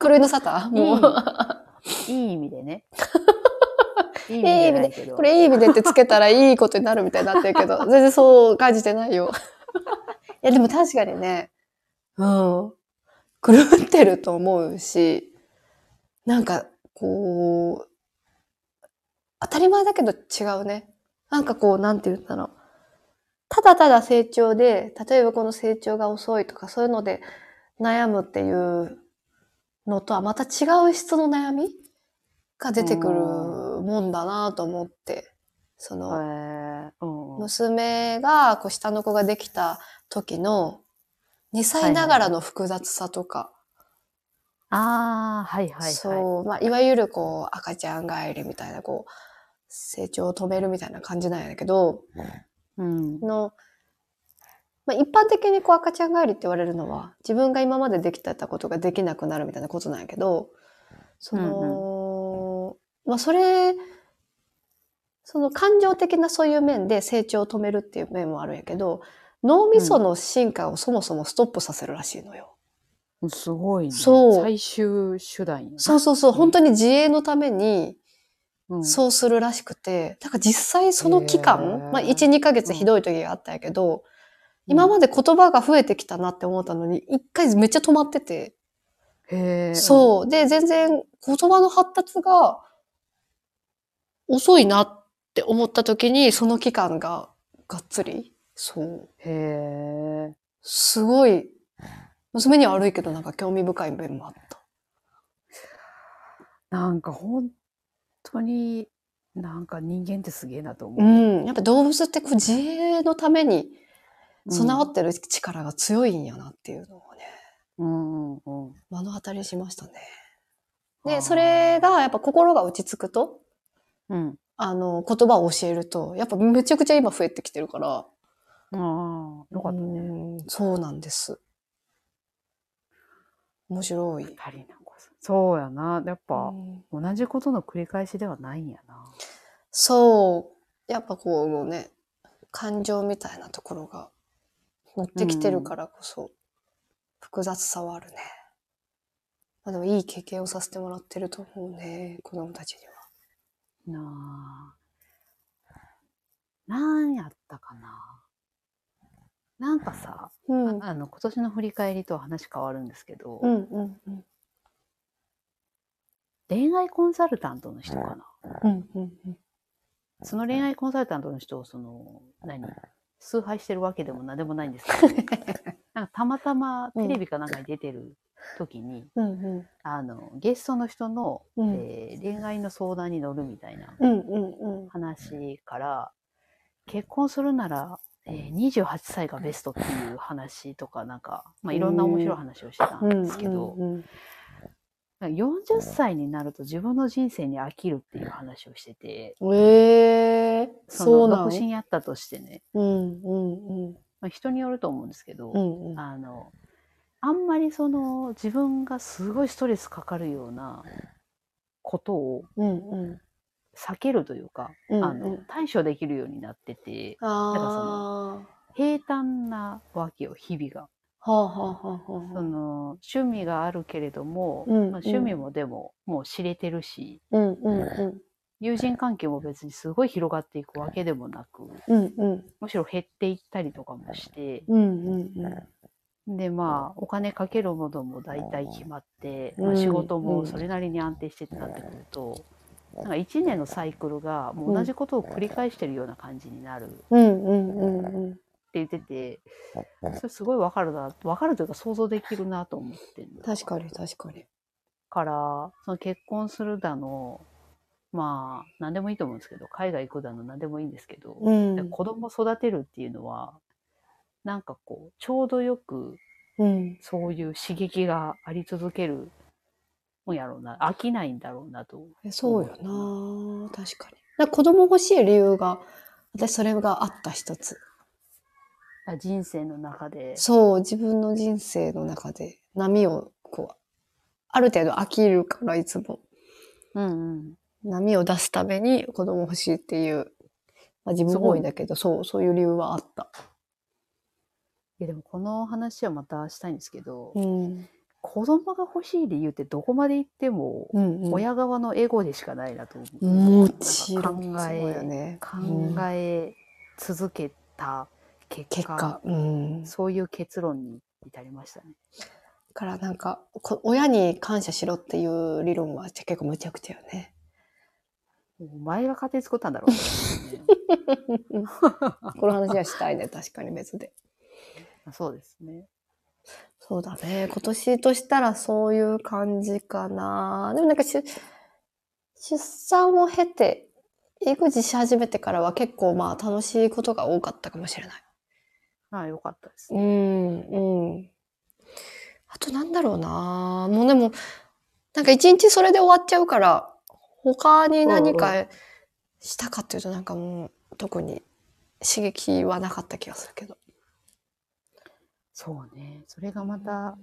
Speaker 1: 狂いの沙汰も う、
Speaker 2: いい意味 でね。いい意
Speaker 1: いい意味
Speaker 2: 味で
Speaker 1: これいい意味でってつけたらいいことになるみたいになってる けど、全然そう感じてないよ。いや、でも確かにね、うん、狂ってると思うし、なんかこう、当たり前だけど違うね。なんかこう、なんて言うんだろう。ただただ成長で、例えばこの成長が遅いとかそういうので悩むっていうのとはまた違う質の悩みが出てくるもんだなと思って、その、
Speaker 2: へえうんうん。
Speaker 1: 娘がこう下の子ができた時の2歳ながらの複雑さとか、
Speaker 2: ああ、はいはいはい。
Speaker 1: そう、まあ、いわゆるこう赤ちゃん帰りみたいなこう成長を止めるみたいな感じなんやけど、
Speaker 2: うん。
Speaker 1: の、まあ、一般的にこう赤ちゃん帰りって言われるのは自分が今までできてたことができなくなるみたいなことなんやけどその、まあそれその感情的なそういう面で成長を止めるっていう面もあるんやけど脳みその進化をそもそもストップさせるらしいのよ。
Speaker 2: すごいね。
Speaker 1: そう
Speaker 2: 最終手段や。
Speaker 1: そうそうそう本当に自衛のために
Speaker 2: うん
Speaker 1: そうするらしくてだから実際その期間、
Speaker 2: へー
Speaker 1: まあ、12ヶ月ひどい時があったんやけど、今まで言葉が増えてきたなって思ったのに、一回めっちゃ止まってて。
Speaker 2: へえ。
Speaker 1: そう。で、全然言葉の発達が遅いなって思った時に、その期間ががっつり。そう。
Speaker 2: へえ。
Speaker 1: すごい。娘には悪いけど、なんか興味深い面もあった。
Speaker 2: なんか本当になんか人間ってすげえなと思
Speaker 1: う
Speaker 2: う。
Speaker 1: ん。やっぱ動物ってこう自衛のために備わ
Speaker 2: っ
Speaker 1: ってる力が強いんやなっていうのをね、
Speaker 2: うんうんうん。
Speaker 1: 目の当たりにしましたね。で、それがやっぱ心が落ち着くと、
Speaker 2: うん。
Speaker 1: あの、言葉を教えると、やっぱめちゃくちゃ今増えてきてるから。
Speaker 2: ああ、よかったね。
Speaker 1: うんそうなんです。面白い。
Speaker 2: 二人なんかさそうやな。やっ
Speaker 1: う
Speaker 2: ぱ、
Speaker 1: ん
Speaker 2: 同じことの繰り返しではないんやな。
Speaker 1: そう。やっぱこう、もうね、感情みたいなところが乗ってきてるからこそ、複雑さはあるね。まあでもいい経験をさせてもらってると思うね、子供たちには。
Speaker 2: なあ。なんやったかな。なんかさ、
Speaker 1: うん。
Speaker 2: あの、今年の振り返りとは話変わるんですけど、
Speaker 1: うんうんうん。
Speaker 2: 恋愛コンサルタントの人かな。
Speaker 1: うんうんうん。
Speaker 2: その恋愛コンサルタントの人を、その、何崇拝してるわけでも何でもないんですけど、なんかたまたまテレビかなんかに出てる時に、
Speaker 1: うんうん。
Speaker 2: あの、ゲストの人の、
Speaker 1: うん
Speaker 2: えー恋愛の相談に乗るみたいな
Speaker 1: うんうんうん。
Speaker 2: 話から、結婚するなら、えー28歳がベストっていう話とか、なんか、まあ、いろんな面白い話をしてたんですけど、
Speaker 1: うんうん
Speaker 2: なんか40歳になると自分の人生に飽きるっていう話をしてて、
Speaker 1: うん、ええそうな
Speaker 2: の
Speaker 1: の
Speaker 2: 独身やったとしてね、
Speaker 1: うんうんうん。
Speaker 2: まあ、人によると思うんですけど、
Speaker 1: うんうん。
Speaker 2: あの、あんまりその自分がすごいストレスかかるようなことを
Speaker 1: うんうん。
Speaker 2: 避けるというか、
Speaker 1: うんうん
Speaker 2: あの対処できるようになってて、だからそ
Speaker 1: あ
Speaker 2: 平坦なわけよ、日々が。
Speaker 1: あ。はあはあはあは
Speaker 2: そ
Speaker 1: あ。
Speaker 2: の趣味があるけれども、
Speaker 1: うん
Speaker 2: まあ
Speaker 1: うん
Speaker 2: 趣味もでももう知れてるし、
Speaker 1: うんうんうん。
Speaker 2: 友人関係も別にすごい広がっていくわけでもなく、
Speaker 1: うんうん。
Speaker 2: むしろ減っていったりとかもして、
Speaker 1: うんうんうん。
Speaker 2: でまあお金かけるものも大体決まって、ま
Speaker 1: う
Speaker 2: あ、
Speaker 1: ん
Speaker 2: 仕事もそれなりに安定してってなってくると、なんか1年のサイクルがもう同じことを繰り返してるような感じになるって
Speaker 1: うんうんうんうん。
Speaker 2: 言ってて、それすごいわかるな、わかるというか想像できるなと思ってる。
Speaker 1: 確かに確かに。
Speaker 2: から、その結婚するだの、まあ、何でもいいと思うんですけど、海外行くだの、何でもいいんですけど、
Speaker 1: うん。
Speaker 2: 子供育てるっていうのは、なんかこう、ちょうどよく、
Speaker 1: うん。
Speaker 2: そういう刺激があり続けるもんやろうな、飽きないんだろうなと。
Speaker 1: えそうよな確かに。だから子供欲しい理由が、私それがあった一つ。
Speaker 2: あ人生の中で。
Speaker 1: そう、自分の人生の中で波を、こう、ある程度飽きるからいつも。
Speaker 2: うん
Speaker 1: 波を出すために子供欲しいっていう、まあ、自分本位だけど、そう、そういう理由はあった。
Speaker 2: いやでもこの話はまたしたいんですけど、
Speaker 1: ん。
Speaker 2: 子供が欲しい理由ってどこまで行っても、
Speaker 1: うん、うん。
Speaker 2: 親側のエゴでしかないなと思う。
Speaker 1: もちろん、
Speaker 2: なんか考え
Speaker 1: そうよね。
Speaker 2: 考え続けた結果
Speaker 1: 結果。うん。だ
Speaker 2: そういう結論に至りましたね。
Speaker 1: からなんか、こ親に感謝しろっていう理論は結構むちゃくちゃよね。
Speaker 2: お前が家庭作ったんだろう、
Speaker 1: この話はしたいね、確かに別で。
Speaker 2: そうですね。
Speaker 1: そうだね。今年としたらそういう感じかな。でもなんか出出産を経て、育児し始めてからは結構まあ楽しいことが多かったかもしれない。
Speaker 2: ああ、よかったです
Speaker 1: う
Speaker 2: ね。
Speaker 1: ん、うん。あとなんだろうなもうでも、なんか一日それで終わっちゃうから、他に何
Speaker 2: う
Speaker 1: かしたかっていうとなんかもう特に刺激はなかった気がするけど。
Speaker 2: そうね。それがまた、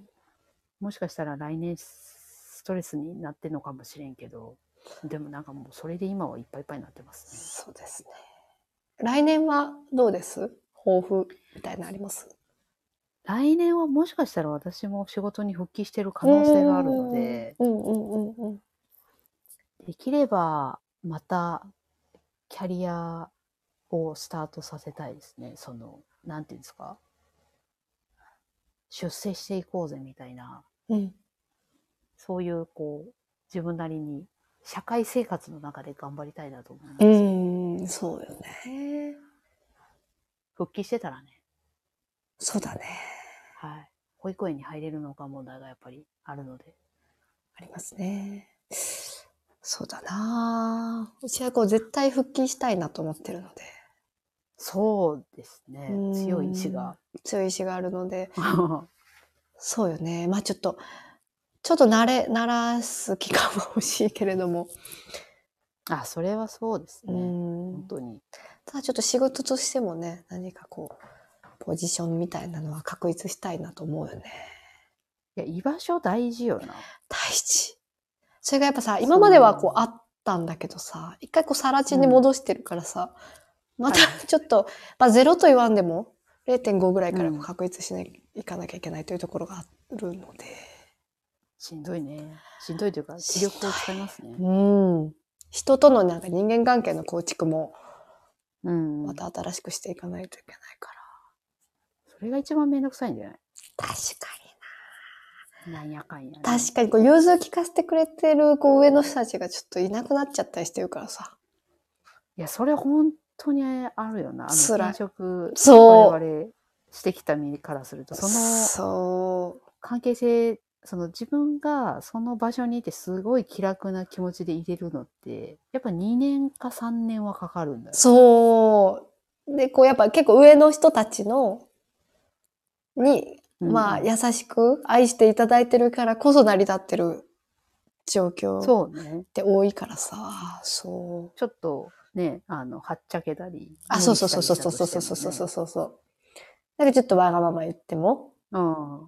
Speaker 2: もしかしたら来年ストレスになってんのかもしれんけど、でもなんかもうそれで今はいっぱいいっぱいになってますね。
Speaker 1: そうですね。来年はどうです抱負みたいなのあります
Speaker 2: 来年はもしかしたら私も仕事に復帰してる可能性があるので、
Speaker 1: うんうんうんうん。
Speaker 2: できればまたキャリアをスタートさせたいですね。その、なんていうんですか。出世していこうぜみたいな、
Speaker 1: うん
Speaker 2: そういうこう、自分なりに社会生活の中で頑張りたいなと思います。
Speaker 1: うん、そうよね。
Speaker 2: 復帰してたらね、
Speaker 1: そうだね。
Speaker 2: はい。保育園に入れるのか問題がやっぱりあるので。
Speaker 1: ありますね。そうだなぁうちはこう絶対復帰したいなと思ってるので、
Speaker 2: そうですね
Speaker 1: うー。ん
Speaker 2: 強い意志が。
Speaker 1: 強い意志があるので、
Speaker 2: は
Speaker 1: そうよね。まあちょっと、ちょっと慣れ、慣らす期間は欲しいけれども。
Speaker 2: あ、それはそうです
Speaker 1: う
Speaker 2: ね。本
Speaker 1: ん。
Speaker 2: 当に。
Speaker 1: ただちょっと仕事としてもね、何かこう、ポジションみたいなのは確立したいなと思うよね。
Speaker 2: いや、居場所大事よな。
Speaker 1: 大事。それがやっぱさ、今まではこうあったんだけどさ、一回こう更地に戻してるからさ、また
Speaker 2: は
Speaker 1: ちょっと、まあゼロと言わんでも、0.5ぐらいからこう
Speaker 2: うん
Speaker 1: 確立しない、いかなきゃいけないというところがあるので。
Speaker 2: しんどいね。しんどいというか、気力を使いますね。
Speaker 1: うん。人とのなんか人間関係の構築も
Speaker 2: うん。
Speaker 1: また新しくしていかないといけないから。
Speaker 2: それが一番めんどくさいんじゃない
Speaker 1: 確か
Speaker 2: なんやかんやね、
Speaker 1: 確かに、こう、融通聞かせてくれてる、こう、上の人たちがちょっといなくなっちゃったりしてるからさ。
Speaker 2: いや、それ本当にあるよな。あの、
Speaker 1: 辛い
Speaker 2: 転職、
Speaker 1: そう
Speaker 2: 我々してきた身からすると、その
Speaker 1: そう。
Speaker 2: 関係性、その自分がその場所にいてすごい気楽な気持ちでいれるのって、やっぱ2年か3年はかかるんだよ。
Speaker 1: そう。で、こうやっぱ結構上の人たちの、に、
Speaker 2: うん
Speaker 1: まあ優しく愛していただいてるからこそ成り立ってる状況っ
Speaker 2: そうね。
Speaker 1: て多いからさ、そう。
Speaker 2: ちょっとね、あの、はっちゃけたり。
Speaker 1: あ、そうそうそうそうそうそうそうそうそうそうそう。なんかちょっとわがまま言っても。
Speaker 2: うん。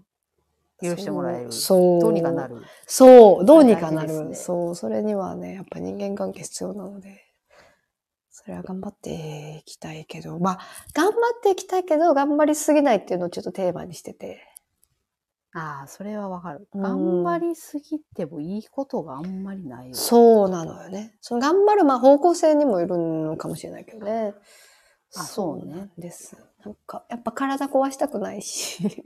Speaker 2: 許してもらえる。
Speaker 1: そう。
Speaker 2: どうにかな。る。
Speaker 1: そう、どうにかな
Speaker 2: 大事
Speaker 1: る。
Speaker 2: ですね
Speaker 1: そう、それにはね、やっぱ人間関係必要なので、それは頑張っていきたいけど、まあ、頑張っていきたいけど、頑張りすぎないっていうのをちょっとテーマにしてて。
Speaker 2: ああ、それはわかる。
Speaker 1: うん
Speaker 2: 頑張りすぎてもいいことがあんまりないよ。
Speaker 1: そうなのよね。その頑張る、まあ、方向性にもよるのかもしれないけどね。
Speaker 2: あそうね
Speaker 1: なんです。なんか、やっぱ体壊したくないし。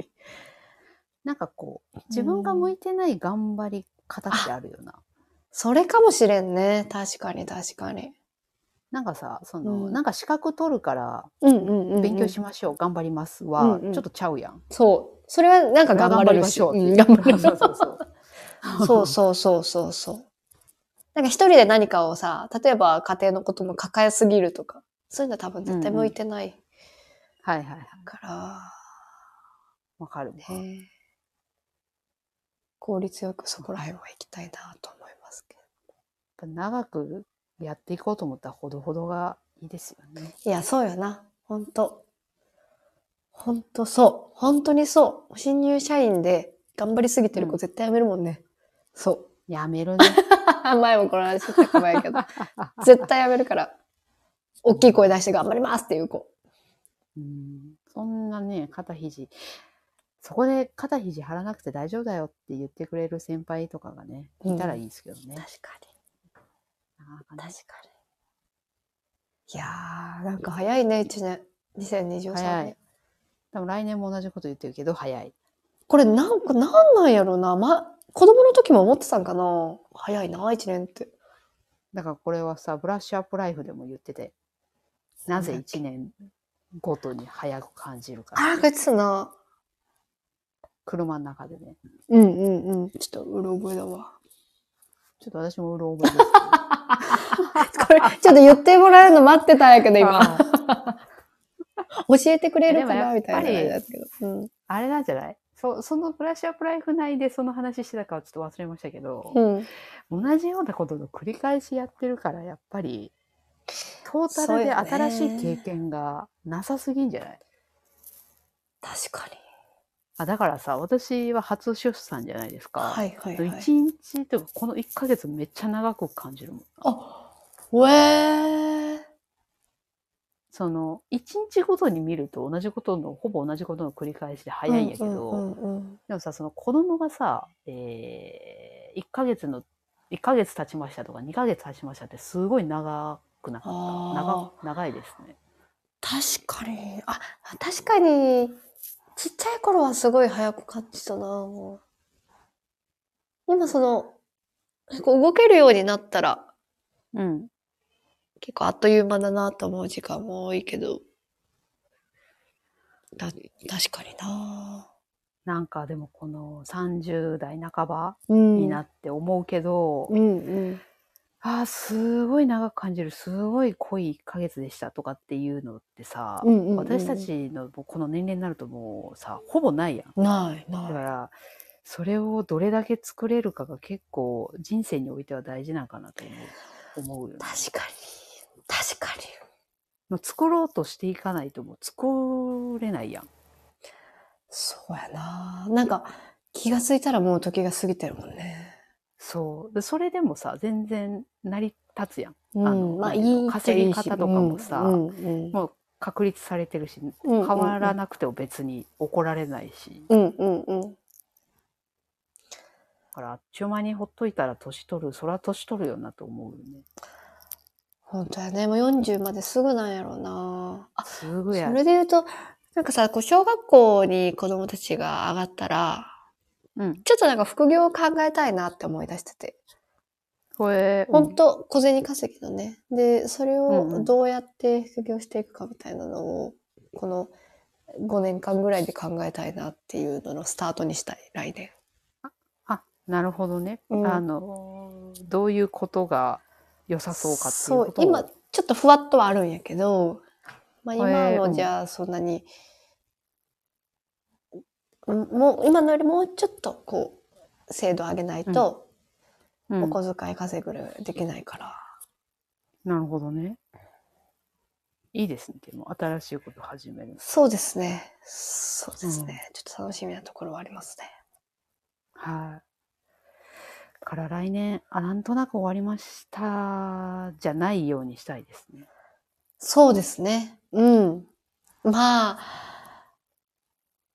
Speaker 2: なんかこう、 自分が向いてない頑張り方ってあるよな。
Speaker 1: それかもしれんね。確かに、確かに。
Speaker 2: なんかさ、その、
Speaker 1: うん
Speaker 2: なんか資格取るから
Speaker 1: うんうんうん、うん。
Speaker 2: 勉強しましょう、頑張ります
Speaker 1: う
Speaker 2: は、
Speaker 1: んうん
Speaker 2: ちょっとちゃうやん。
Speaker 1: そう。それはなんか頑張れるし。
Speaker 2: 頑張
Speaker 1: うん
Speaker 2: りましょう。
Speaker 1: 頑張れる。
Speaker 2: そうそうそ
Speaker 1: そ
Speaker 2: う。
Speaker 1: うそうそうそうそう。なんか一人で何かをさ、例えば家庭のことも抱えすぎるとか、そういうのは多分絶対向いてない
Speaker 2: はいはいはい。
Speaker 1: から、
Speaker 2: わかるわ。
Speaker 1: ね。効率よくそこら辺は行きたいなと思いますけ
Speaker 2: やっぱ長くやっていこうと思ったらほどほどがいいですよね。
Speaker 1: ど。いや、そうよな。ほんと。ほんとそう。本当にそう。新入社員で頑張りすぎてる
Speaker 2: う
Speaker 1: 子
Speaker 2: ん
Speaker 1: 絶対やめるもんね。そう。
Speaker 2: やめるね。
Speaker 1: 前もこの話したかもやけ ど、絶対やめるから、大きい声出して頑張りますっていう子。
Speaker 2: うんそんなね、肩肘、そこで肩肘張らなくて大丈夫だよって言ってくれる先輩とかがね、
Speaker 1: うん
Speaker 2: いたらいいんですけど
Speaker 1: か
Speaker 2: ね。
Speaker 1: に。
Speaker 2: なかなかね
Speaker 1: 確かに。いやー、なんか早いね、1年。2023年。
Speaker 2: 早い多分来年も同じこと言ってるけど、早い。
Speaker 1: これなんか、なんなんやろな。ま、子供の時も思ってたんかな。早いな、1年って。
Speaker 2: だからこれはさ、ブラッシュアップライフでも言ってて、なぜ1年ごとに早く感じる
Speaker 1: あー、
Speaker 2: か。
Speaker 1: なんか言ってたな。
Speaker 2: 車の中でね。
Speaker 1: うんうんうん。ちょっと、うろ覚えだ わ。
Speaker 2: ちょっと私もうろ覚えですけど。
Speaker 1: これ、ちょっと言ってもらえるの待ってたんやけど、 今。
Speaker 2: あー
Speaker 1: 教えてくれるか
Speaker 2: でも
Speaker 1: な、
Speaker 2: やっぱり
Speaker 1: みたいな感じだったけど。うん。
Speaker 2: あれなんじゃないそそのブラッシュアップライフ内でその話してたかはちょっと忘れましたけど、
Speaker 1: うん。
Speaker 2: 同じようなことの繰り返しやってるからやっぱりトータルで新しい経験がなさすぎんじゃない、
Speaker 1: 確かに。
Speaker 2: あだからさ私は初出産じゃないですか、
Speaker 1: はいはいはい。
Speaker 2: 1日とかこの1ヶ月めっちゃ長く感じるもん
Speaker 1: あ、ウェー。
Speaker 2: その1日ごとに見ると同じことのほぼ同じことの繰り返しで早いんやけど、
Speaker 1: うんうんうん
Speaker 2: でもさその子供がさ、えー、1ヶ月の1ヶ月経ちましたとか2ヶ月経ちましたってすごい長くなかった
Speaker 1: あー
Speaker 2: 長長いですね
Speaker 1: 確かに。あ、確かに、ちっちゃい頃はすごい早く感じたな、もう。今その、こう動けるようになったら、
Speaker 2: うん
Speaker 1: 結構あっという間だなと思う時間も多いけど。た、確かにな
Speaker 2: なんかでもこの30代半ば
Speaker 1: うん
Speaker 2: になって思うけど、
Speaker 1: うんうん。
Speaker 2: ああすごい長く感じるすごい濃い1ヶ月でしたとかっていうのってさ、
Speaker 1: うんうんうん
Speaker 2: 私たちのもうこの年齢になるともうさほぼないやん
Speaker 1: ない、
Speaker 2: だか
Speaker 1: ない。
Speaker 2: らそれをどれだけ作れるかが結構人生においては大事なのかなと思う思うよね。
Speaker 1: 確かに。確かに。
Speaker 2: まあ作ろうとしていかないともう作れないやん。
Speaker 1: そうやな。なんか、気がついたらもう時が過ぎてるもんね。
Speaker 2: そう。でそれでもさ、全然成り立つやん。
Speaker 1: うん
Speaker 2: あの
Speaker 1: まあ、い
Speaker 2: なんていうの
Speaker 1: いっちゃ
Speaker 2: 稼ぎ方とかもさ
Speaker 1: いいしうんうん
Speaker 2: もう確立されてるし、
Speaker 1: うん、
Speaker 2: 変わらなくても別に怒られないし。
Speaker 1: うんうんうん。
Speaker 2: だからあっちゅう間にほっといたら年取る、そら年取るよなと思うよね。
Speaker 1: 本当やね。もう40まですぐなんやろうな。あ、
Speaker 2: すぐ
Speaker 1: そ
Speaker 2: や。
Speaker 1: れで言うと、なんかさ、こう小学校に子供たちが上がったら、
Speaker 2: うん。
Speaker 1: ちょっとなんか副業を考えたいなって思い出してて。
Speaker 2: これ、
Speaker 1: ほんと、小銭稼ぎのね。で、それ
Speaker 2: うんう
Speaker 1: を
Speaker 2: ん
Speaker 1: どうやって副業していくかみたいなのを、この5年間ぐらいで考えたいなっていうののスタートにしたい、来年。
Speaker 2: あ、なるほどね。
Speaker 1: うん
Speaker 2: あの、どういうことが良さそうかっていうこと
Speaker 1: そ
Speaker 2: を。
Speaker 1: う今ちょっとふわっとはあるんやけど、まあ、
Speaker 2: え
Speaker 1: 今
Speaker 2: ーう
Speaker 1: の
Speaker 2: ん
Speaker 1: じゃあそんなに、うんもう今のよりもうちょっとこう精度上げないと
Speaker 2: うん
Speaker 1: お小遣い稼ぐるできないから、
Speaker 2: なるほどね。いいですね。でも、新しいこと始める。
Speaker 1: そうですねそうですね、ちょっと楽しみなところはありますね
Speaker 2: はい。から来年、あ、なんとなく終わりました、じゃないようにしたいですね。
Speaker 1: そうですねうんまあ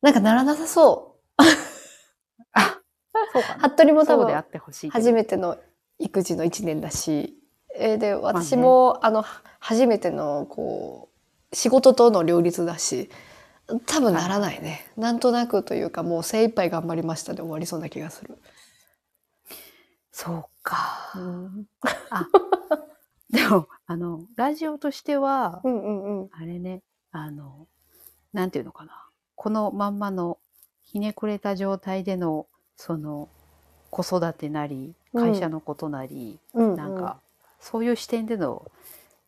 Speaker 1: なんかならなさそう
Speaker 2: そうかな。
Speaker 1: 服部も多
Speaker 2: そうで
Speaker 1: 分
Speaker 2: あってほしいけど。
Speaker 1: 初めての育児の1年だし、えーで
Speaker 2: ね
Speaker 1: 私も、あのは初めてのこう仕事との両立だし多分ならないね、なんとなくというかもう精一杯頑張りましたで終わりそうな気がする、
Speaker 2: そうか。でも、あの、ラジオとしては、
Speaker 1: うんうんうん
Speaker 2: あれね、あの、なんていうのかな。このまんまの、ひねくれた状態での、その、子育てなり、
Speaker 1: うん
Speaker 2: 会社のことなり、
Speaker 1: うんうん
Speaker 2: なんか、そういう視点での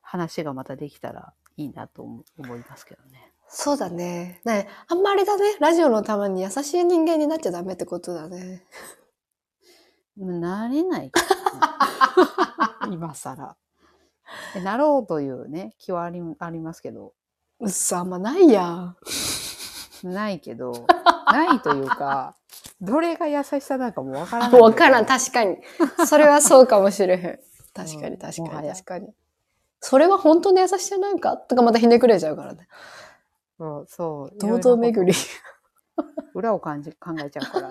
Speaker 2: 話がまたできたらいいなと思思いますけどね。
Speaker 1: そうだねねあんまりだねラジオのたまに優しい人間になっちゃダメってことだね
Speaker 2: なれないからね今更。えなろうというね、気はありありますけど、
Speaker 1: うっそあんまないやん
Speaker 2: ないけ ど、ないというか、どれが優しさなんかもうわからない。
Speaker 1: わからん確かにそれはそうかもしれへ ん確か
Speaker 2: う
Speaker 1: に
Speaker 2: ん
Speaker 1: 確
Speaker 2: も
Speaker 1: か
Speaker 2: は
Speaker 1: に
Speaker 2: や
Speaker 1: 確かにそれは本当に優しさなんかとかまたひねくれちゃうからね
Speaker 2: そう、そう。
Speaker 1: 堂々巡り。
Speaker 2: 裏を感じ、考えちゃうか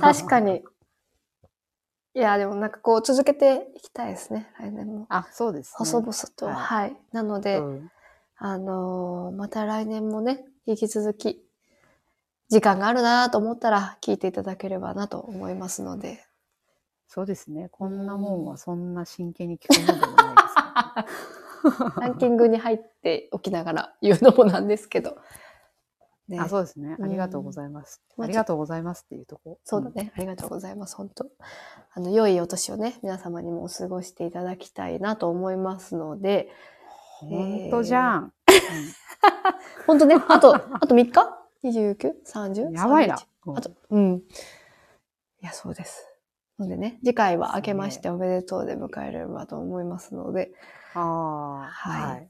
Speaker 2: ら。
Speaker 1: 確か。に。いや、でもなんかこう続けていきたいですね、来年も。
Speaker 2: あ、そうです、ね。
Speaker 1: 細々と、
Speaker 2: はい
Speaker 1: はい。なので、
Speaker 2: うん
Speaker 1: あのーまた来年もね、引き続き、時間があるなと思ったら聞いていただければなと思いますの で。
Speaker 2: そうですね。こんなもんはそんな真剣に聞くもんでもないですからね、
Speaker 1: ランキングに入っておきながら言うのもなんですけど。ね
Speaker 2: あ、そうですね。
Speaker 1: うん
Speaker 2: ありがとうございます。
Speaker 1: まあ
Speaker 2: ありがとうございますっていうとこ。
Speaker 1: そうだね。ありがとうございます。本当あの、良いお年をね、皆様にもお過ごしていただきたいなと思いますので、
Speaker 2: うん。本当じゃん。
Speaker 1: 本当 ね、あと、あと3日 ?29、
Speaker 2: うん
Speaker 1: 30?
Speaker 2: やばいな
Speaker 1: 31。あと、うん。いや、そうです。のでね、次回は明けましておめでとうで迎えればと思いますので。
Speaker 2: ああー、
Speaker 1: はい
Speaker 2: い。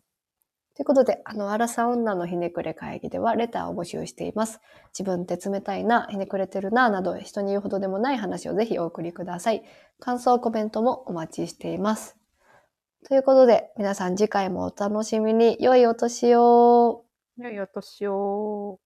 Speaker 1: ということで、あの、アラサー女のひねくれ会議ではレターを募集しています。自分って冷たいな、ひねくれてるな、など、人に言うほどでもない話をぜひお送りください。感想、コメントもお待ちしています。ということで、皆さん次回もお楽しみに、良いお年を。
Speaker 2: 良いお年を。